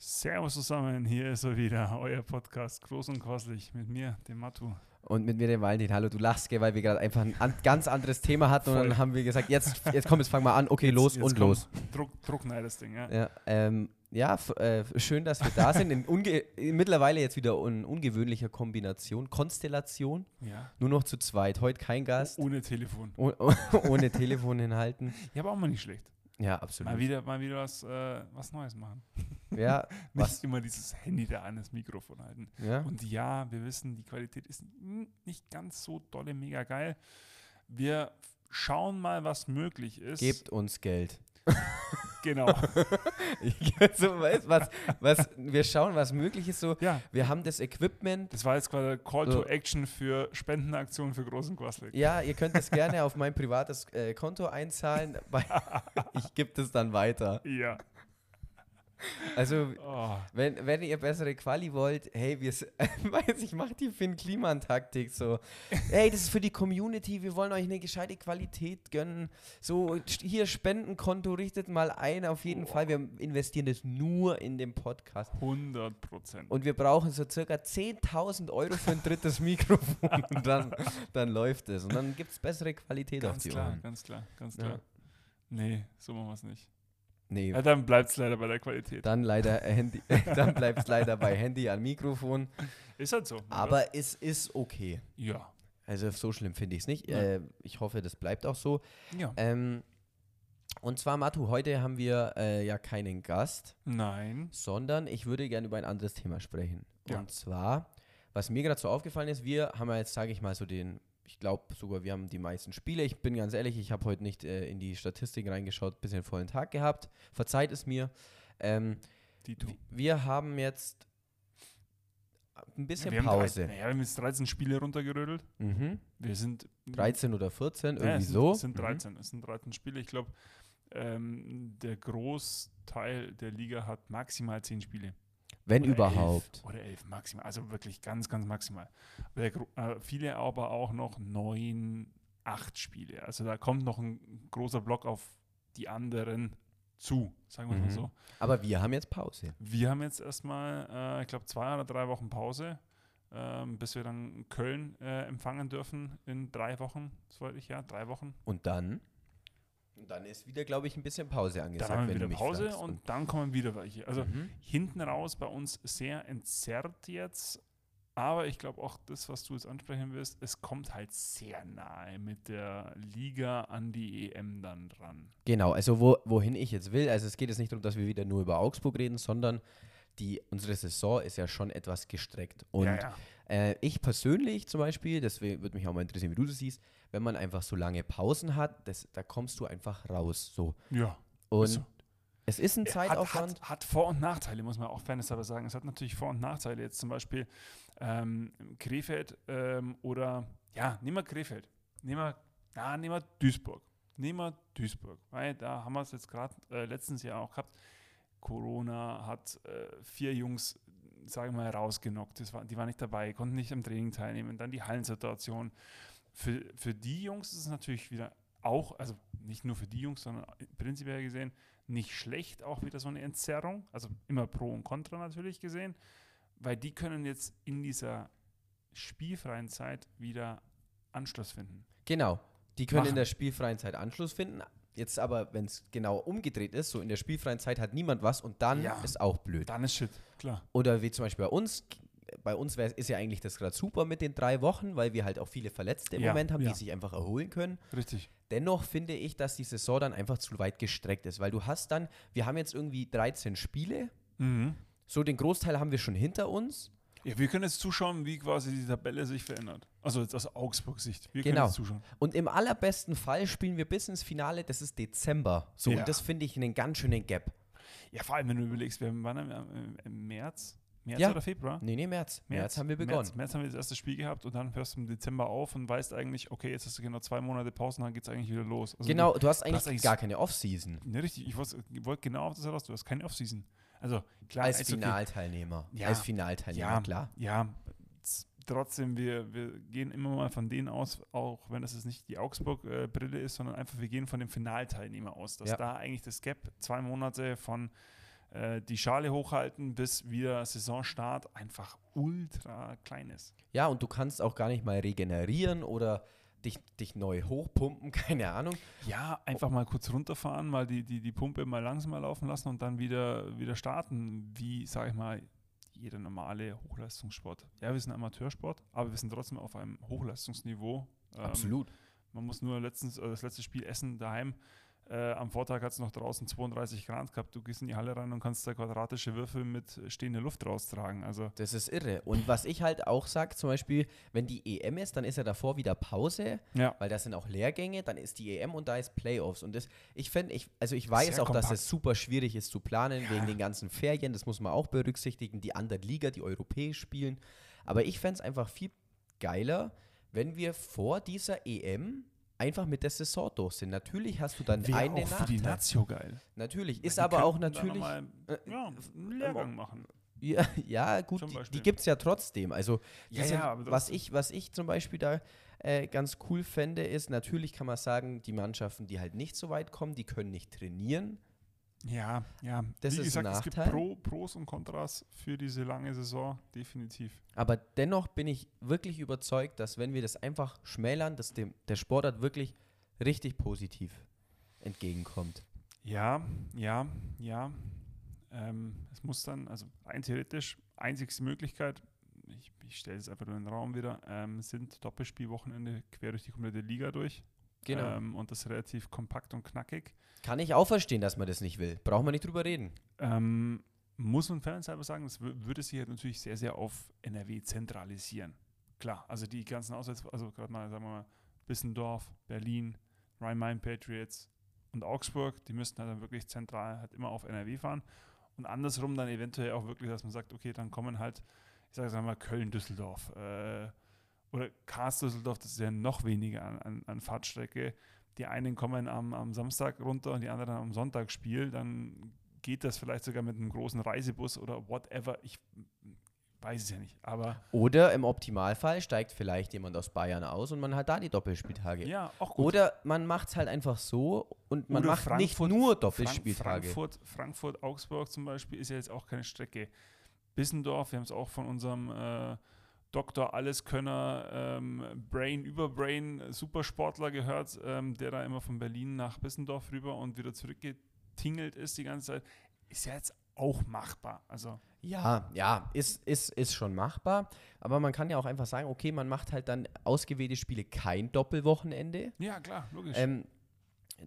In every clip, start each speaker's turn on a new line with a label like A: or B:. A: Servus zusammen, hier ist er wieder, euer Podcast Groß und Quasselig mit mir, dem Matu.
B: Und mit mir den Valentin. Hallo, du lachst, gell, weil wir gerade einfach ein an, ganz anderes Thema hatten und
A: Voll.
B: dann haben wir gesagt, jetzt, jetzt komm, jetzt fang mal an. Okay,
A: Jetzt-
B: los
A: jetzt
B: und
A: komm.
B: los.
A: Druck, drucknei das Ding, ja.
B: Ja, ähm, ja f- äh, schön, dass wir da sind. In unge in mittlerweile jetzt wieder in ungewöhnlicher Kombination, Konstellation.
A: ja.
B: Nur noch zu zweit. Heute kein Gast.
A: Ohne Telefon.
B: Oh- oh- ohne Telefon hinhalten.
A: Ja, aber auch mal nicht schlecht.
B: Ja, absolut.
A: Mal wieder, mal wieder was, äh, was Neues machen.
B: Ja, Was?
A: Nicht immer dieses Handy da an das Mikrofon halten.
B: ja.
A: Und ja, wir wissen, die Qualität ist n- nicht ganz so dolle, mega geil. Wir schauen mal, was möglich ist.
B: Gebt uns Geld.
A: Genau.
B: so, weißt, was, was, wir schauen, was möglich ist. So,
A: ja.
B: wir haben das Equipment.
A: Das war jetzt quasi der Call
B: So.
A: to Action für Spendenaktionen für großen Quasselig.
B: Ja, ihr könnt es gerne auf mein privates äh, Konto einzahlen. Bei, ich gebe das dann weiter.
A: Ja.
B: Also,
A: Oh.
B: wenn, wenn ihr bessere Quali wollt, hey, wir, s- weiß ich mache die Finn Kliman Taktik so. Hey, das ist für die Community, wir wollen euch eine gescheite Qualität gönnen. So st- hier Spendenkonto richtet mal ein auf jeden Fall. Wir investieren das nur in den Podcast
A: 100 Prozent.
B: und wir brauchen so circa 10.000 Euro für ein drittes Mikrofon und dann, dann läuft es und dann gibt es bessere Qualität auf
A: Ganz
B: die
A: klar,
B: Ohren.
A: ganz klar, ganz
B: Ja.
A: klar. Nee, so machen wir es nicht.
B: Nee,
A: Ja, dann bleibt es leider bei der Qualität.
B: dann leider äh, Handy, dann bleibt es leider bei Handy an Mikrofon.
A: Ist halt so. oder?
B: Aber es ist okay.
A: Ja.
B: Also so schlimm finde ich es nicht.
A: Nein.
B: Äh, ich hoffe, das bleibt auch so.
A: ja.
B: Ähm, und zwar, Matu, heute haben wir äh, ja keinen Gast,
A: Nein.
B: sondern ich würde gerne über ein anderes Thema sprechen.
A: Ja.
B: Und zwar, was mir gerade so aufgefallen ist, wir haben ja jetzt, sage ich mal, so den, ich glaube sogar, wir haben die meisten Spiele. Ich bin ganz ehrlich, ich habe heute nicht äh, in die Statistik reingeschaut, bisschen vollen Tag gehabt. Verzeiht es mir. Ähm,
A: Die du.
B: w- wir haben jetzt ein bisschen
A: wir haben
B: Pause.
A: drei- naja, wir haben jetzt 13 Spiele runtergerödelt.
B: Mhm.
A: Wir sind.
B: 13 oder 14,
A: Naja,
B: irgendwie
A: es sind,
B: so.
A: Es sind
B: Mhm.
A: 13. Es sind 13 Spiele. Ich glaube, ähm, der Großteil der Liga hat maximal 10 Spiele.
B: Mhm. Wenn
A: Oder
B: überhaupt.
A: Elf, oder elf maximal. Also wirklich ganz, ganz maximal. Aber Der, Gro- äh, viele aber auch noch neun, acht Spiele. Also da kommt noch ein großer Block auf die anderen zu, sagen wir
B: Mhm.
A: mal so.
B: Aber wir haben jetzt Pause.
A: Wir haben jetzt erstmal, äh, ich glaube, zwei oder drei Wochen Pause, ähm, bis wir dann Köln äh, empfangen dürfen in drei Wochen, soweit ich ja, drei Wochen.
B: Und dann? Und dann ist wieder, glaube ich, ein bisschen Pause angesagt.
A: Dann haben wir
B: wenn du
A: wieder
B: mich
A: Pause
B: fragst.
A: und, dann kommen wieder welche. Also
B: mhm.
A: hinten raus bei uns sehr entzerrt jetzt. Aber ich glaube auch das, was du jetzt ansprechen willst, es kommt halt sehr nahe mit der Liga an die EM dann dran.
B: Genau, also wo, wohin ich jetzt will, also es geht jetzt nicht darum, dass wir wieder nur über Augsburg reden, sondern die, unsere Saison ist ja schon etwas gestreckt. Und
A: ja, ja.
B: Äh, ich persönlich zum Beispiel, deswegen würde mich auch mal interessieren, wie du das siehst, wenn man einfach so lange Pausen hat, das, da kommst du einfach raus. So.
A: ja.
B: Und
A: so.
B: es ist ein
A: Äh, Hat,
B: Zeitaufwand.
A: hat, hat Vor- und Nachteile, muss man auch fairness aber sagen. Es hat natürlich Vor- und Nachteile. Jetzt zum Beispiel ähm, Krefeld ähm, oder, ja, nehmen wir Krefeld. Nehmen wir, na, nehmen wir Duisburg. Nehmen wir Duisburg. Weil da haben wir es jetzt gerade äh, letztens Jahr auch gehabt. Corona hat äh, vier Jungs, sagen wir mal, rausgenockt. Das war, die waren nicht dabei, konnten nicht am Training teilnehmen. Dann die Hallensituation. Für, für die Jungs ist es natürlich wieder auch, also nicht nur für die Jungs, sondern prinzipiell gesehen, nicht schlecht, auch wieder so eine Entzerrung. Also immer Pro und Contra natürlich gesehen, weil die können jetzt in dieser spielfreien Zeit wieder Anschluss finden.
B: Genau. Die können
A: Machen.
B: in der spielfreien Zeit Anschluss finden. Jetzt aber, wenn es genau umgedreht ist, so in der spielfreien Zeit hat niemand was und dann
A: Ja.
B: ist auch blöd.
A: Dann ist Shit, klar.
B: Oder wie zum Beispiel bei uns. Bei uns wär, ist ja eigentlich das gerade super mit den drei Wochen, weil wir halt auch viele Verletzte im
A: Ja,
B: Moment haben,
A: ja.
B: die sich einfach erholen können.
A: Richtig.
B: Dennoch finde ich, dass die Saison dann einfach zu weit gestreckt ist, weil du hast dann, wir haben jetzt irgendwie 13 Spiele,
A: Mhm.
B: so den Großteil haben wir schon hinter uns.
A: Ja, wir können jetzt zuschauen, wie quasi die Tabelle sich verändert. Also jetzt aus Augsburg-Sicht. Wir
B: Genau.
A: können jetzt zuschauen.
B: Und im allerbesten Fall spielen wir bis ins Finale, das ist Dezember. So,
A: Ja.
B: und das finde ich einen ganz schönen Gap.
A: Ja, vor allem, wenn du überlegst, wir haben wann haben wir, im- im März, März
B: Ja.
A: oder Februar?
B: Nee, nee, März. März, haben wir begonnen.
A: März, März haben wir das erste Spiel gehabt und dann hörst du im Dezember auf und weißt eigentlich, okay, jetzt hast du genau zwei Monate Pause und dann geht es eigentlich wieder los. Also
B: Genau, du hast eigentlich,
A: hast eigentlich
B: gar keine Offseason
A: Ne, richtig, ich wollte wollt genau auf das heraus, du hast keine Offseason. Also klar,
B: als
A: ist okay.
B: Finalteilnehmer.
A: Ja.
B: Als Finalteilnehmer,
A: Ja.
B: klar.
A: Ja, z- trotzdem, wir, wir gehen immer mal von denen aus, auch wenn das jetzt nicht die Augsburg-Brille ist, sondern einfach, wir gehen von dem Finalteilnehmer aus, dass
B: Ja.
A: da eigentlich das Gap zwei Monate von äh, die Schale hochhalten, bis wieder Saisonstart einfach ultra klein ist.
B: Ja, und du kannst auch gar nicht mal regenerieren oder dich, dich neu hochpumpen, keine Ahnung.
A: Ja, einfach mal kurz runterfahren, mal die, die, die Pumpe mal langsamer laufen lassen und dann wieder, wieder starten, wie, sag ich mal, jeder normale Hochleistungssport. Ja, wir sind Amateursport, aber wir sind trotzdem auf einem Hochleistungsniveau. Ähm, Man muss nur letztens, äh, das letzte Spiel Essen daheim. Äh, am Vortag hat es noch draußen 32 Grad gehabt. Du gehst in die Halle rein und kannst da quadratische Würfel mit stehender Luft raustragen. Also
B: Das ist irre. Und was ich halt auch sage, zum Beispiel, wenn die EM ist, dann ist ja davor wieder Pause,
A: Ja.
B: weil da sind auch Lehrgänge, dann ist die EM und da ist Playoffs. Und das, ich finde, ich, also ich weiß
A: Sehr
B: auch, dass
A: kompakt.
B: es super schwierig ist zu planen, wegen den ganzen Ferien, das muss man auch berücksichtigen, die anderen Liga, die europäisch spielen. Aber ich fände es einfach viel geiler, wenn wir vor dieser EM einfach mit der Saison durch sind. Natürlich hast du dann
A: wäre
B: eine
A: auch für die
B: Nachteil.
A: Nazio geil.
B: Natürlich. Ist
A: Die
B: aber auch
A: könnten da
B: natürlich.
A: nochmal,
B: äh,
A: ja, einen Lehrgang machen.
B: Ja, ja gut,
A: Zum
B: die, die
A: Beispiel.
B: gibt es ja trotzdem. Also,
A: Ja,
B: das sind-
A: ja, aber
B: was, ich, was ich zum Beispiel da äh, ganz cool fände, ist, natürlich kann man sagen, die Mannschaften, die halt nicht so weit kommen, die können nicht trainieren.
A: Ja, ja.
B: Das
A: Wie
B: ist ein
A: gesagt, es gibt
B: Nachteil.
A: Pro, Pros und Kontras für diese lange Saison, definitiv.
B: Aber dennoch bin ich wirklich überzeugt, dass wenn wir das einfach schmälern, dass dem, der Sportart wirklich richtig positiv entgegenkommt.
A: Ja, ja, ja. Ähm, es muss dann, also rein theoretisch, einzigste Möglichkeit, ich, ich stelle es einfach nur in den Raum wieder, ähm, sind Doppelspielwochenende quer durch die komplette Liga durch.
B: Genau.
A: Ähm, und das relativ kompakt und knackig.
B: kann ich auch verstehen, dass man das nicht will. Braucht man nicht drüber reden.
A: Ähm, muss man fairnesshalber sagen, das wü- würde sich halt natürlich sehr, sehr auf NRW zentralisieren. Klar, also die ganzen Auswärts, also gerade mal, sagen wir mal, Bissendorf, Berlin, Rhein-Main Patriots und Augsburg, die müssten halt dann wirklich zentral halt immer auf NRW fahren. Und andersrum dann eventuell auch wirklich, dass man sagt, okay, dann kommen halt, ich sage jetzt mal, Köln, Düsseldorf äh, oder Karls Düsseldorf, das ist ja noch weniger an, an, an Fahrtstrecke. Die einen kommen am, am Samstag runter und die anderen am Sonntag Spiel, dann geht das vielleicht sogar mit einem großen Reisebus oder whatever. Ich weiß es ja nicht. Aber
B: Oder im Optimalfall steigt vielleicht jemand aus Bayern aus und man hat da die Doppelspieltage.
A: ja, auch gut.
B: Oder man macht es halt einfach so und man
A: Oder
B: macht
A: Frankfurt-
B: nicht nur
A: Frank-
B: Doppelspieltage.
A: Frankfurt, Frankfurt, Augsburg zum Beispiel ist ja jetzt auch keine Strecke. Bissendorf, wir haben es auch von unserem äh, Doktor Alleskönner, ähm, Brain über Brain, äh, Supersportler gehört, ähm, der da immer von Berlin nach Bissendorf rüber und wieder zurückgetingelt ist die ganze Zeit. Ist ja jetzt auch machbar. Also
B: ja, ja, ist, ist, ist schon machbar. Aber man kann ja auch einfach sagen, okay, man macht halt dann ausgewählte Spiele kein Doppelwochenende.
A: ja, klar, logisch.
B: Ähm,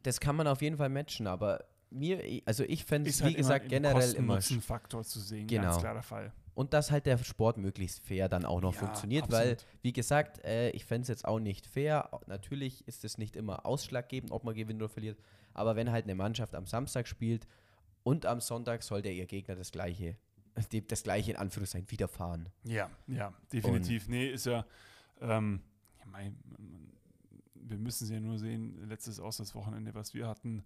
B: das kann man auf jeden Fall matchen, aber mir, also ich fände es,
A: ist
B: wie
A: halt
B: gesagt, generell immer. sch-
A: Kosten-Nutzen-Faktor zu sehen,
B: Genau.
A: ganz klarer Fall.
B: Und dass halt der Sport möglichst fair dann auch noch
A: Ja,
B: funktioniert, weil,
A: absolut.
B: wie gesagt, äh, ich fände es jetzt auch nicht fair. Natürlich ist es nicht immer ausschlaggebend, ob man gewinnt oder verliert, aber wenn halt eine Mannschaft am Samstag spielt und am Sonntag sollte ihr Gegner das gleiche, dem- das gleiche in Anführungszeichen widerfahren.
A: Ja, ja, definitiv. nee, ist ja, ähm, ja mei, man- wir müssen es ja nur sehen, letztes Auslandswochenende, was wir hatten,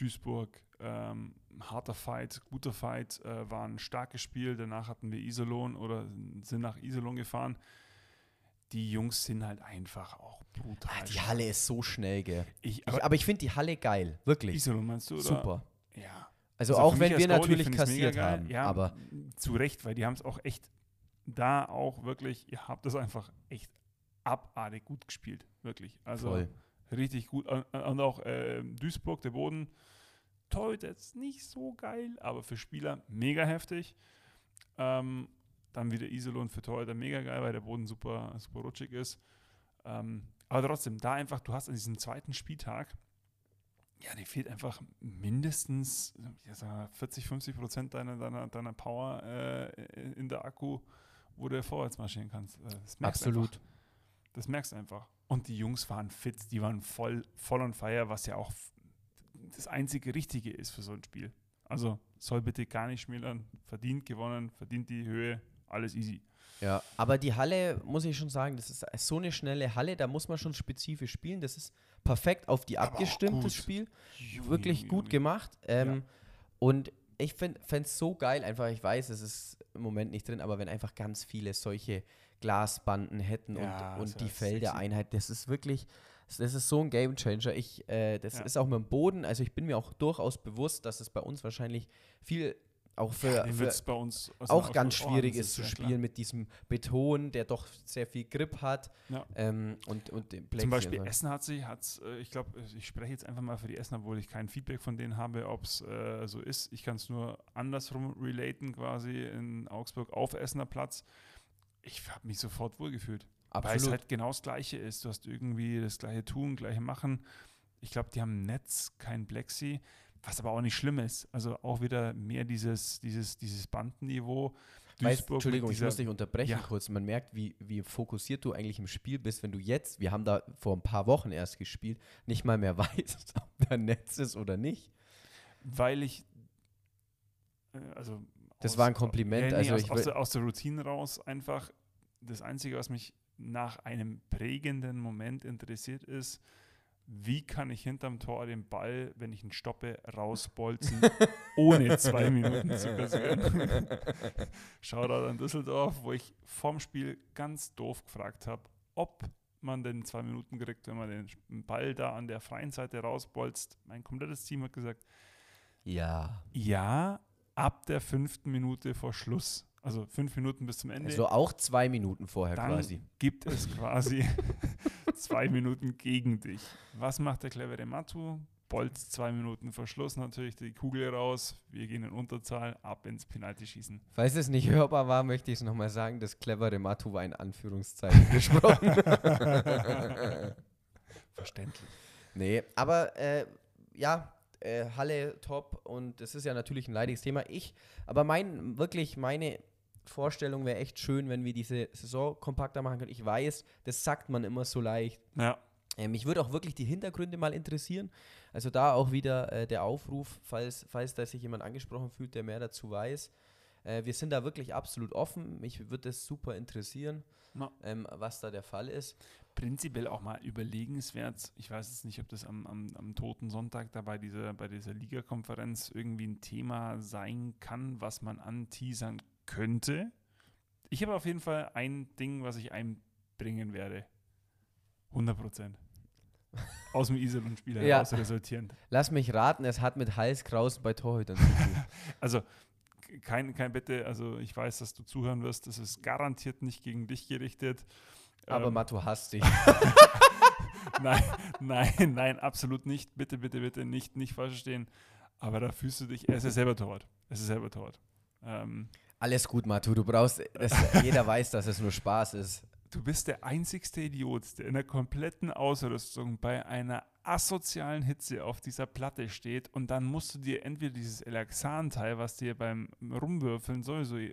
A: Duisburg, ähm, harter Fight, guter Fight, äh, war ein starkes Spiel, danach hatten wir Iserlohn oder sind nach Iserlohn gefahren. Die Jungs sind halt einfach auch brutal.
B: Ah, die Halle ist so schnell, gell.
A: ich,
B: Ich,
A: aber
B: aber ich finde die Halle geil, wirklich.
A: Iserlohn meinst du? Oder?
B: Super.
A: Ja,
B: Also,
A: Also
B: auch
A: für
B: wenn
A: mich
B: wir
A: als Goalie
B: natürlich
A: find ich's mega
B: kassiert
A: geil.
B: haben,
A: Ja,
B: aber
A: zu Recht, weil die haben es auch echt da auch wirklich, ihr habt das einfach echt abartig gut gespielt. Wirklich. Also
B: voll.
A: richtig gut. Und- Und auch ähm, Duisburg, der Boden, toll, jetzt nicht so geil, aber für Spieler mega heftig. Ähm, dann wieder Iserlohn für Torhüter mega geil, weil der Boden super, super rutschig ist. Ähm, aber trotzdem, da einfach, du hast an diesem zweiten Spieltag, ja, dir fehlt einfach mindestens ja, sagen wir mal, 40, 50 Prozent deiner, deiner, deiner Power äh, in der Akku, wo du vorwärts marschieren kannst. Äh, Das merkst du
B: Absolut.
A: Einfach. Das merkst du einfach. Und die Jungs waren fit, die waren voll, voll on fire, was ja auch f- das einzige Richtige ist für so ein Spiel. Also soll bitte gar nicht schmälern. Verdient gewonnen, verdient die Höhe, alles easy.
B: Ja, aber die Halle, muss ich schon sagen, das ist so eine schnelle Halle, da muss man schon spezifisch spielen. Das ist perfekt auf die
A: Aber auch gut. Mhm.
B: abgestimmtes Spiel.
A: Junge,
B: Wirklich
A: Junge,
B: gut
A: Junge.
B: gemacht. Ähm, Und ich fände es so geil, einfach, ich weiß, es ist im Moment nicht drin, aber wenn einfach ganz viele solche Glasbanden hätten
A: Ja,
B: und,
A: das
B: und die
A: wär sexy.
B: Feldereinheit, das ist wirklich, das ist so ein Game Changer. Ich, äh, das
A: Ja.
B: ist auch mit dem Boden, also ich bin mir auch durchaus bewusst, dass es bei uns wahrscheinlich viel Auch für,
A: Ja, den
B: für
A: wird's bei uns aus den
B: auch
A: Augen
B: ganz
A: und Ohren
B: schwierig
A: sitzen,
B: ist zu
A: ja klar.
B: spielen mit diesem Beton, der doch sehr viel Grip hat.
A: Ja.
B: Ähm, und, und dem Plexi
A: Zum Beispiel
B: einfach.
A: Essen hat sie, hat's, äh, ich glaube, ich spreche jetzt einfach mal für die Essen, obwohl ich kein Feedback von denen habe, ob es äh, so ist. Ich kann es nur andersrum relaten quasi in Augsburg auf Essener Platz. Ich habe mich sofort wohlgefühlt. Weil es
B: Absolut.
A: halt genau das Gleiche ist. Du hast irgendwie das gleiche Tun, gleiche Machen. Ich glaube, die haben ein Netz, kein Plexi, was aber auch nicht schlimm ist. Also auch wieder mehr dieses, dieses, dieses Bandenniveau.
B: Weißt-
A: Duisburg mit
B: Entschuldigung, ich
A: dieser-
B: muss dich unterbrechen
A: Ja.
B: kurz. Man merkt, wie, wie fokussiert du eigentlich im Spiel bist, wenn du jetzt, wir haben da vor ein paar Wochen erst gespielt, nicht mal mehr weißt, ob da Netz ist oder nicht.
A: weil ich äh, also
B: Das war ein
A: Ja,
B: Kompliment,
A: nee,
B: also
A: aus,
B: ich
A: aus,
B: will-
A: der, aus der Routine raus einfach das Einzige, was mich nach einem prägenden Moment interessiert ist, wie kann ich hinterm Tor den Ball, wenn ich ihn stoppe, rausbolzen, ohne zwei Minuten zu kassieren. Shoutout an Düsseldorf, wo ich vorm Spiel ganz doof gefragt habe, ob man denn zwei Minuten kriegt, wenn man den Ball da an der freien Seite rausbolzt. Mein komplettes Team hat gesagt,
B: Ja.
A: ja, ab der fünften Minute vor Schluss. Also fünf Minuten bis zum Ende.
B: Also auch zwei Minuten vorher
A: dann
B: quasi.
A: gibt es quasi zwei Minuten gegen dich. Was macht der clevere Matu? Bolz zwei Minuten vor Schluss natürlich die Kugel raus. Wir gehen in Unterzahl, ab ins Penalty schießen.
B: Falls es nicht hörbar war, möchte ich es nochmal sagen, das clevere Matu war in Anführungszeichen gesprochen.
A: Verständlich.
B: Nee, aber äh, ja, äh, Halle top und das ist ja natürlich ein leidiges Thema. Ich, aber mein, wirklich, meine Vorstellung wäre echt schön, wenn wir diese Saison kompakter machen können. Ich weiß, das sagt man immer so leicht.
A: Ja,
B: Äh, mich würde auch wirklich die Hintergründe mal interessieren. Also da auch wieder äh, der Aufruf, falls, falls da sich jemand angesprochen fühlt, der mehr dazu weiß. Äh, wir sind da wirklich absolut offen. Mich würde das super interessieren,
A: Na.
B: ähm, was da der Fall ist.
A: prinzipiell auch mal überlegenswert. Ich weiß jetzt nicht, ob das am, am, am Toten Sonntag da bei dieser, bei dieser Ligakonferenz irgendwie ein Thema sein kann, was man anteasern könnte. Ich habe auf jeden Fall ein Ding, was ich einbringen werde. 100 Prozent. Aus dem Iserlohn-Spiel
B: Ja.
A: heraus resultierend.
B: Lass mich raten, es hat mit Hals Krausen bei Torhütern zu tun.
A: Also k- kein, kein Bitte, also ich weiß, dass du zuhören wirst. Es ist garantiert nicht gegen dich gerichtet.
B: Aber
A: Ähm,
B: Matu hasst dich.
A: nein, nein, nein, absolut nicht. Bitte, bitte, bitte nicht, nicht falsch verstehen. Aber da fühlst du dich, er ist ja selber Torwart. Er ist ja selber Torwart. Ähm,
B: Alles gut, Matu, du brauchst, das, jeder weiß, dass es nur Spaß ist.
A: du bist der einzigste Idiot, der in der kompletten Ausrüstung bei einer asozialen Hitze auf dieser Platte steht und dann musst du dir entweder dieses Elaxan-Teil, was dir beim Rumwürfeln sowieso äh,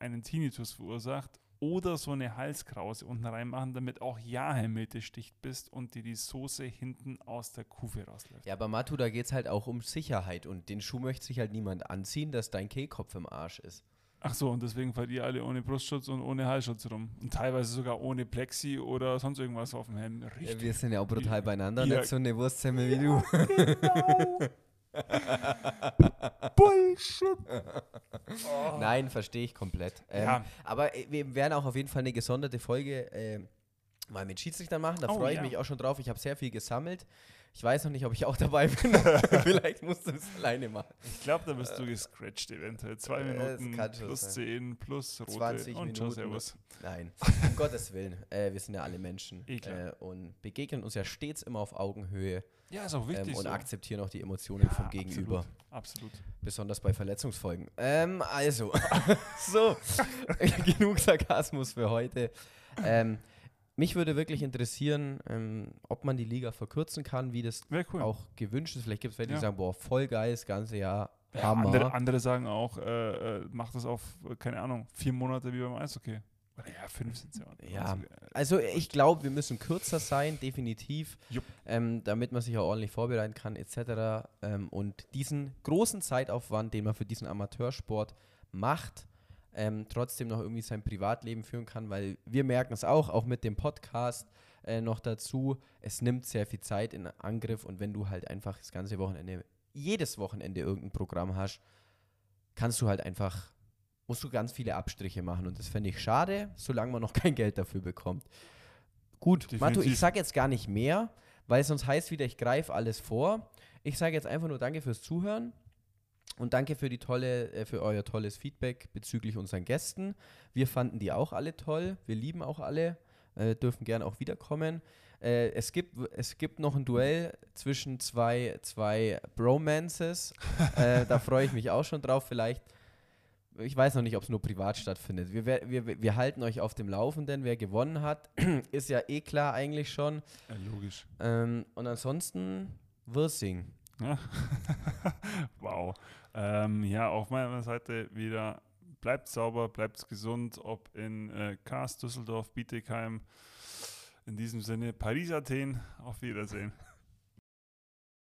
A: einen Tinnitus verursacht, oder so eine Halskrause unten reinmachen, damit auch ja Helmete sticht bist und dir die Soße hinten aus der Kufe rausläuft.
B: Ja, aber Matu, da geht es halt auch um Sicherheit und den Schuh möchte sich halt niemand anziehen, dass dein Kehlkopf im Arsch ist.
A: Ach so, und deswegen fahrt ihr alle ohne Brustschutz und ohne Halsschutz rum. Und teilweise sogar ohne Plexi oder sonst irgendwas auf dem Helm.
B: Ja,
A: Richtig.
B: wir sind ja auch brutal
A: Ja.
B: beieinander,
A: Ja.
B: nicht so eine Wurstsemmel wie du.
A: Genau. Bullshit.
B: Nein, verstehe ich komplett. Ähm,
A: Ja.
B: Aber äh, wir werden auch auf jeden Fall eine gesonderte Folge äh, mal mit Schiedsrichtern machen. Da
A: Oh,
B: freue ich
A: ja.
B: mich auch schon drauf. Ich habe sehr viel gesammelt. Ich weiß noch nicht, ob ich auch dabei bin. Vielleicht musst du es alleine machen.
A: Ich glaube, da bist du gescratcht eventuell. Zwei
B: Äh, es
A: Minuten
B: kann schon
A: plus
B: sein.
A: zehn plus rote
B: 20
A: und ciao,
B: Minuten.
A: servus.
B: Nein, um Gottes Willen. Äh, wir sind ja alle Menschen
A: Eh klar.
B: äh, und begegnen uns ja stets immer auf Augenhöhe
A: Ja, ist auch wichtig
B: ähm, und
A: so.
B: akzeptieren auch die Emotionen
A: Ja,
B: vom Gegenüber.
A: Absolut. absolut.
B: Besonders bei Verletzungsfolgen. Ähm, also, so, genug Sarkasmus für heute. Ähm, mich würde wirklich interessieren, ähm, ob man die Liga verkürzen kann, wie das
A: Wäre cool.
B: auch gewünscht ist. Vielleicht gibt es welche, die
A: Ja.
B: sagen, boah, voll geil, das ganze Jahr.
A: Ja,
B: Hammer.
A: andere, andere sagen auch, äh, äh, mach das auf, äh, keine Ahnung, vier Monate wie beim Eishockey. Oder ja, fünf sind es ja.
B: Ja.
A: Also, äh,
B: Also ich glaube, wir müssen kürzer sein, definitiv,
A: Jupp.
B: ähm, damit man sich auch ordentlich vorbereiten kann, etc. Ähm, und diesen großen Zeitaufwand, den man für diesen Amateursport macht, ähm, trotzdem noch irgendwie sein Privatleben führen kann, weil wir merken es auch, auch mit dem Podcast äh, noch dazu, es nimmt sehr viel Zeit in Angriff und wenn du halt einfach das ganze Wochenende, jedes Wochenende irgendein Programm hast, kannst du halt einfach, musst du ganz viele Abstriche machen und das fände ich schade, solange man noch kein Geld dafür bekommt. Gut, Matu, ich
A: Definitiv.
B: sag jetzt gar nicht mehr, weil sonst heißt wieder, ich greife alles vor. Ich sage jetzt einfach nur danke fürs Zuhören. Und danke für, die tolle, äh, für euer tolles Feedback bezüglich unseren Gästen. Wir fanden die auch alle toll. Wir lieben auch alle. Äh, dürfen gerne auch wiederkommen. Äh, es, gibt, es gibt noch ein Duell zwischen zwei, zwei Bromances. äh, da freue ich mich auch schon drauf. Vielleicht, ich weiß noch nicht, ob es nur privat stattfindet. Wir, wer- wir, wir halten euch auf dem Laufenden. Wer gewonnen hat, ist ja eh klar eigentlich schon.
A: Ja, äh, logisch.
B: Ähm, und ansonsten Wirsing.
A: Ja. wow. Ähm, ja, auf meiner Seite wieder bleibt sauber, bleibt gesund, ob in äh, Kars, Düsseldorf, Bietigheim. In diesem Sinne, Paris, Athen, auf Wiedersehen.